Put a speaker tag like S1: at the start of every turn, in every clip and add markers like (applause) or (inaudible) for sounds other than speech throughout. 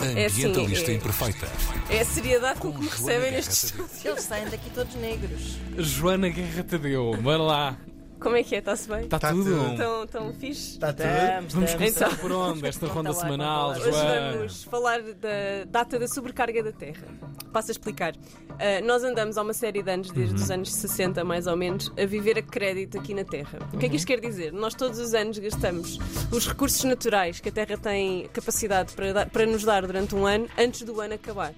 S1: A
S2: assim,
S1: ambientalista
S2: é-
S1: imperfeita.
S2: É a seriedade com que me
S1: Com Joana
S2: recebem
S1: Guerra
S2: neste
S1: Tadeu.
S2: estúdio.
S3: Eles saem daqui todos negros.
S4: Joana Guerra Tadeu, vai lá.
S2: Como é que é? Está-se bem?
S4: Está
S5: Tá
S4: tudo?
S5: tudo.
S2: Tão, tão fixe?
S5: Então,
S3: Está tudo.
S4: Vamos começar
S2: Então.
S4: por onde? Esta
S3: Conta
S4: ronda
S3: lá,
S4: semanal,
S3: conta lá.
S2: Hoje
S4: Joana.
S2: vamos falar da data da sobrecarga da Terra. Passo a explicar. Ah, nós andamos há uma série de anos, desde
S5: Uhum.
S2: os anos 60 mais ou menos, a viver a crédito aqui na Terra. O que é que
S5: Uhum.
S2: isto quer dizer? Nós todos os anos gastamos os recursos naturais que a Terra tem capacidade para, dar- para nos dar durante um ano, antes do ano acabar.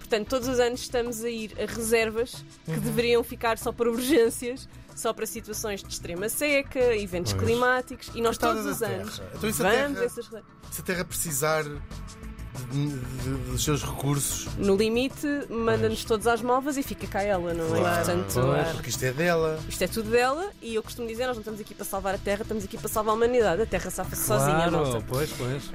S2: Portanto, todos os anos estamos a ir a reservas que
S5: Uhum.
S2: deveriam ficar só para urgências, só para situações de extrema seca, eventos climáticos, e nós
S5: Coitada
S2: todos
S5: da
S2: os
S5: Terra.
S2: anos
S5: Então
S2: vamos
S5: isso a
S2: a
S5: Terra-
S2: essas reservas.
S5: Se a Terra precisar de- de- de- dos seus recursos,
S2: No limite, manda-nos todos às malvas e fica cá ela, não é?
S5: Claro.
S2: Portanto,
S4: Pois.
S2: ah,
S5: porque isto é dela.
S2: isto é tudo dela e eu costumo dizer: nós não estamos aqui para salvar a Terra, estamos aqui para salvar a humanidade. A Terra safa-se sozinha, é?
S4: Claro,
S2: nossa.
S4: pois, pois.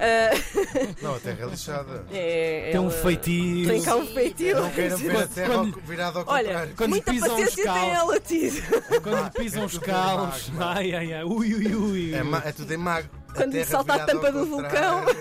S5: Não, a Terra é lixada.
S2: É,
S4: Tem um
S2: ela-
S4: feitiço.
S2: Tem cá um feitiço.
S5: Não queiram ver a Terra ao- virada ao
S2: Olha,
S5: contrário.
S4: quando
S2: muita
S4: pisam os
S2: paciência tem
S4: calos.
S2: ela, tido.
S4: Quando pisam os calos. Ai, ai, ai. Ui, ui, ui.
S5: É, ma- é tudo em mago. A
S2: Quando
S5: Terra
S2: salta a
S5: virada ao
S2: tampa do
S5: contrário.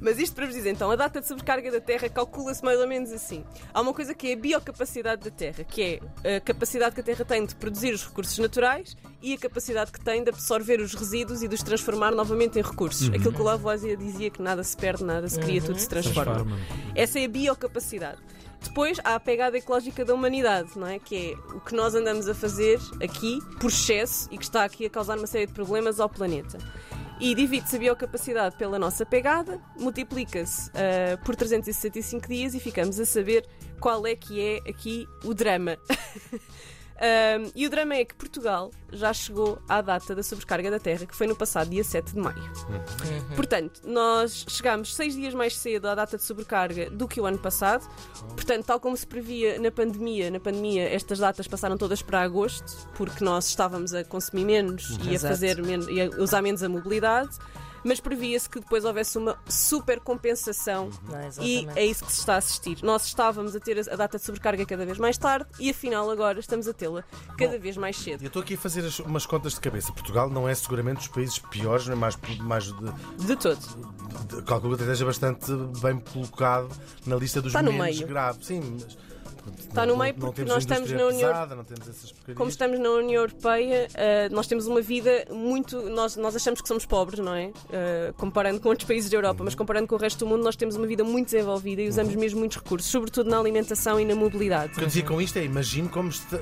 S2: Mas isto para vos dizer, então, a data de sobrecarga da Terra calcula-se mais ou menos assim. Há uma coisa que é a biocapacidade da Terra, que é a capacidade que a Terra tem de produzir os recursos naturais e a capacidade que tem de absorver os resíduos e de os transformar novamente em recursos. Aquilo que o Lavoisier dizia que nada se perde, nada se cria, tudo se transforma.
S4: Transforma.
S2: Essa é a biocapacidade. Depois há a pegada ecológica da humanidade, não é? Que é o que nós andamos a fazer aqui por excesso e que está aqui a causar uma série de problemas ao planeta. E divide-se a biocapacidade pela nossa pegada, multiplica-se ah, por 365 dias e ficamos a saber qual é que é aqui o drama. Ahm, e o drama é que Portugal já chegou à data da sobrecarga da Terra, que foi no passado dia 7 de maio. Portanto, nós chegámos seis dias mais cedo à data de sobrecarga do que o ano passado. Portanto, tal como se previa na pandemia, na pandemia estas datas passaram todas para agosto, porque nós estávamos a consumir menos e a
S3: Exato.
S2: fazer menos, e a usar menos a mobilidade. Mas previa-se que depois houvesse uma supercompensação
S3: Uhum. Não,
S2: e
S3: exatamente.
S2: é isso que se está a assistir. Nós estávamos a ter a data de sobrecarga cada vez mais tarde e afinal agora estamos a tê-la cada vez mais cedo.
S5: Eu estou aqui a fazer as- umas contas de cabeça. Portugal não é seguramente dos países piores, nem mais, mais de,
S2: De todo.
S5: de- calculo que até esteja bastante bem colocado na lista dos
S2: Está Tá no
S5: menos
S2: meio.
S5: graves. Sim, mas
S2: Está no meio porque nós estamos na União-
S5: Pesada, não temos essas porcarias.
S2: Como estamos na União Europeia, ah, nós temos uma vida muito. Nós, nós achamos que somos pobres, não é? Ah, comparando com outros países da Europa, mas comparando com o resto do mundo, nós temos uma vida muito desenvolvida e usamos mesmo muitos recursos, sobretudo na alimentação e na mobilidade.
S5: O
S4: Uhum.
S5: que eu dizia com isto é, imagino como está,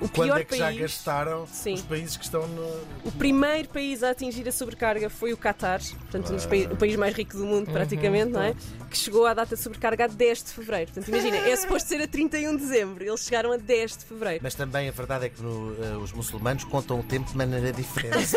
S2: O
S5: quando
S2: pior
S5: é que já
S2: país-
S5: gastaram
S2: Sim.
S5: os países que estão no.
S2: O primeiro país a atingir a sobrecarga foi o Qatar, portanto, um dos pai- o país mais rico do mundo, praticamente, não é? Que chegou à data de sobrecarga a 10 de fevereiro. Portanto, imagina, é suposto ser a 31 de dezembro, eles chegaram a 10 de fevereiro.
S6: Mas também a verdade é que no, eh, os muçulmanos contam o tempo de maneira diferente.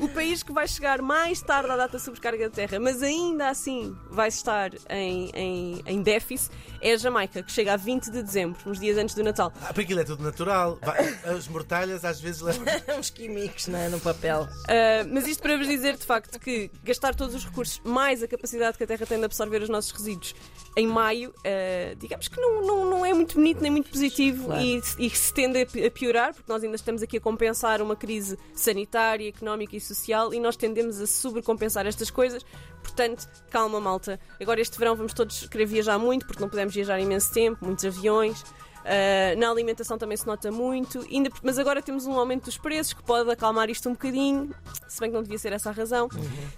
S2: O país que vai chegar mais tarde à data de sobrecarga da Terra, mas ainda assim vai estar em, em, em déficit, é a Jamaica, que chega a 20 de dezembro, uns dias antes do Natal.
S5: (laughs) Ah, porque aquilo é tudo natural. Vai- as mortalhas às vezes levam.
S3: (laughs) Uns químicos, não é? No papel.
S2: Uh, mas isto para vos dizer, de facto, que gastar todos os recursos, mais a capacidade que a Terra tem de absorver os nossos resíduos em maio, uh, digamos que não, não, não é muito bonito nem muito positivo
S3: Claro.
S2: e, e que se tende a pi- a piorar, porque nós ainda estamos aqui a compensar uma crise sanitária, económica e social e nós tendemos a sobrecompensar estas coisas. Portanto, calma, malta. Agora, este verão, vamos todos querer viajar muito, porque não podemos viajar imenso tempo, muitos aviões. Uh, na alimentação também se nota muito, ainda por- mas agora temos um aumento dos preços que pode acalmar isto um bocadinho, se bem que não devia ser essa a razão.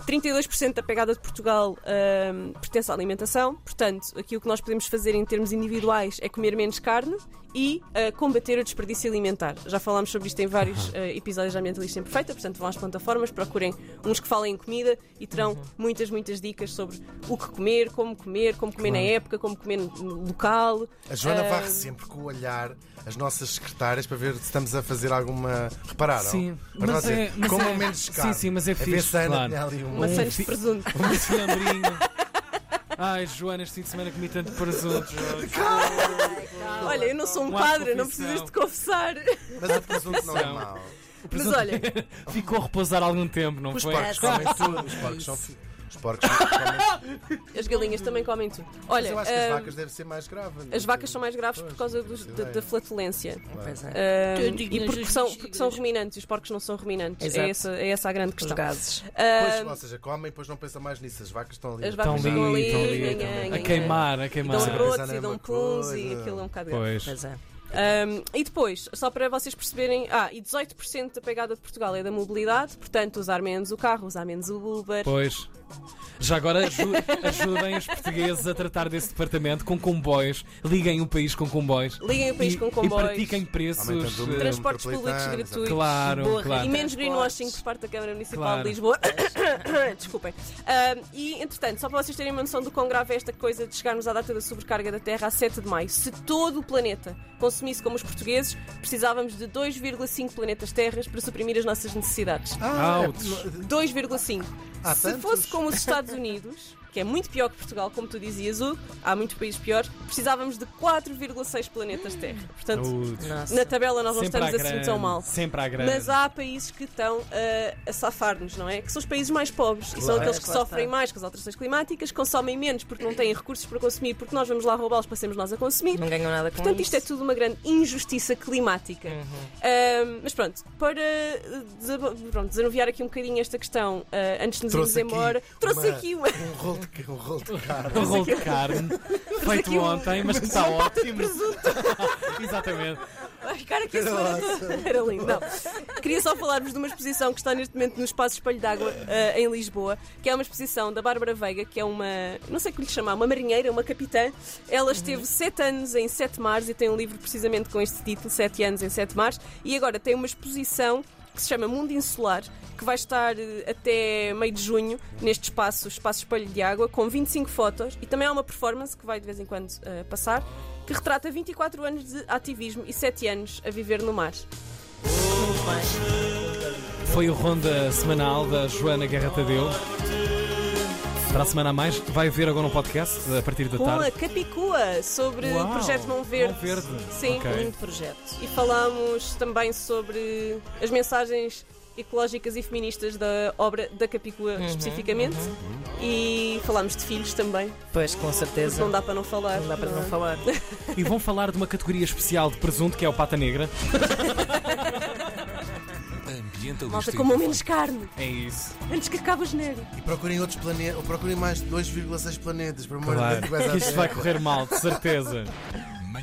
S2: 32% da pegada de Portugal um, pertence à alimentação, portanto, aqui o que nós podemos fazer em termos individuais é comer menos carne e uh, combater o desperdício alimentar. Já falámos sobre isto em vários uh, episódios da Ambientalista Imperfeita, portanto, vão às plataformas, procurem uns que falem em comida e terão muitas, muitas dicas sobre o que comer, como comer, como comer na época, como comer no local.
S5: A Joana
S4: Ehm.
S2: Ah.
S5: varre sempre com o olhar as nossas secretárias para ver se estamos a fazer alguma. Repararam?
S4: Sim,
S5: Para
S4: mas
S5: nós
S4: é-
S5: dizer,
S4: mas
S5: comam
S4: é-
S5: menos
S4: sim,
S5: carne.
S4: sim, mas é
S5: a ver
S4: fixe,
S5: se a Ana
S4: claro.
S5: tinha ali um-
S2: Uma
S4: Um
S2: Santos
S4: fi-
S2: presunto.
S4: Um cilambrinho. Ai, Joana, este fim de semana comi tanto presunto.
S2: Olha, eu não sou um
S4: Uma
S2: padre, não
S4: profissão.
S2: precisas de confessar.
S5: Mas o presunto não é mau.
S2: Mas olha,
S4: Ficou a repousar algum tempo, não
S5: Os
S4: foi?
S5: porcos
S3: É,
S5: comem
S3: sim.
S5: tudo. Os porcos são, fi- os
S6: Os porcos comem.
S2: As galinhas também comem tudo. Olha,
S5: Mas eu acho que as
S2: ah,
S5: vacas deve ser mais grave. não é?
S2: as vacas
S5: sei.
S2: são mais graves por
S5: Pois,
S2: causa
S5: não
S2: dos-
S5: faço
S2: da,
S5: ideia.
S2: da flatulência.
S3: Pois é.
S2: Ah, e
S1: Tadinhas,
S2: porque
S1: as
S2: são,
S1: bexigas.
S2: porque são ruminantes e os porcos não são ruminantes.
S3: Exato.
S2: É essa, é essa a grande
S3: Os
S2: questão.
S3: gases.
S2: Ah,
S5: Pois, ou seja, comem e depois não pensa mais nisso. As vacas estão ali.
S2: As
S4: Estão
S2: vacas ficam
S4: ali,
S2: ali,
S4: estão
S2: nhanhã,
S4: ali.
S2: nhanhã.
S4: A queimar, a
S2: E
S4: queimar.
S2: dão
S5: Pensar na
S2: brotos e dão
S5: mesma
S2: puns
S5: coisa.
S2: e aquilo é um bocado grave.
S4: Pois.
S3: Pois é.
S2: Um, e depois, só para vocês perceberem, ah, e 18% da pegada de Portugal é da mobilidade, portanto, usar menos o carro, usar menos o Uber.
S4: Pois. Já agora aju- ajudem os portugueses a tratar desse departamento com comboios. Liguem o país com comboios.
S2: Liguem o país
S4: E-
S2: com
S4: E
S2: comboios.
S4: pratiquem preços.
S5: Aumentando o número
S4: eh,
S2: Transportes públicos
S5: metropolitanos,
S2: gratuitos.
S4: Claro,
S3: Borra.
S2: E
S4: claro.
S2: menos
S3: Transportes.
S2: greenwashing por parte da Câmara Municipal
S4: Claro.
S2: de Lisboa. (coughs) Desculpem. Um, e, entretanto, só para vocês terem uma noção do quão grave é esta coisa de chegarmos à data da sobrecarga da Terra, a 7 de maio, se todo o planeta consumisse como os portugueses, precisávamos de 2,5 planetas Terras para suprimir as nossas necessidades.
S5: Ah, é-
S4: Outs.
S2: 2,5.
S5: Há
S2: Se
S5: tantos?
S2: fosse como os Estados Unidos, que é muito pior que Portugal, como tu dizias, Hugo, há muitos países piores, precisávamos de 4,6 planetas Terra. Portanto,
S4: Outs.
S3: Nossa.
S2: na tabela nós não
S4: Sempre à
S2: estamos assim
S4: grande,
S2: tão mal.
S4: Sempre à grande.
S2: Mas há países que estão ah, a safar-nos, não é? Que são os países mais pobres e são
S5: Claro.
S2: aqueles que
S3: É, Lá
S2: sofrem
S3: está.
S2: mais com as alterações climáticas, consomem menos porque não têm recursos para consumir, porque nós vamos lá roubá-los para sermos nós a consumir.
S3: Não ganham nada com
S2: Portanto, isto
S3: isso.
S2: é tudo uma grande injustiça climática.
S5: Uhum.
S2: Ahm, mas pronto, para eh, desaba- pronto, desanuviar aqui um bocadinho esta questão, ah, antes de nos irmos
S5: Trouxe aqui
S2: embora, trouxe
S5: uma-
S2: aqui uma.
S5: Um rolo de, um rolo de carne.
S4: Um rolo
S2: (laughs)
S4: de carne feito
S2: aqui um-
S4: ontem, mas que está ótimo. Exatamente.
S2: Vai ficar aqui a semana toda. (laughs) Era lindo. Não. Queria só falar-vos de uma exposição que está neste momento no Espaço Espelho d'Água, eh, em Lisboa, que é uma exposição da Bárbara Veiga, que é uma, não sei o que lhe chamar, uma marinheira, uma capitã. Ela esteve sete anos em Sete Mares e tem um livro precisamente com este título, Sete Anos em Sete Mares, e agora tem uma exposição que se chama Mundo Insular, que vai estar eh, até meio de junho neste espaço, espaço Espelho de Água, com 25 fotos e também há uma performance que vai de vez em quando eh, passar, que retrata 24 anos de ativismo e 7 anos a viver no mar.
S4: Foi o Ronda semanal da Joana Guerra Tadeu. Para a semana a mais, vai ver agora um podcast a partir da
S2: Com a
S4: tarde.
S2: Capicua sobre
S4: Uau,
S2: o projeto Mão Verde.
S4: Mão Verde.
S2: Sim.
S4: Ok.
S3: Lindo projeto.
S2: E falámos também sobre as mensagens ecológicas e feministas da obra da Capicua
S3: Uhum,
S2: especificamente. E falámos de filhos também,
S3: Pois, com
S2: porque
S3: certeza.
S2: não dá para não falar.
S3: Não dá para não
S2: é?
S3: falar.
S4: E vão falar de uma categoria especial de presunto que é o Pata Negra.
S2: Malta,
S7: Ambientalista.
S2: comam menos carne,
S4: É isso.
S2: antes que acabe o genérico.
S5: E procurem outros planetas. Ou procurem mais de 2,6 planetas. Para
S4: Claro. Que isto vai correr mal, de certeza.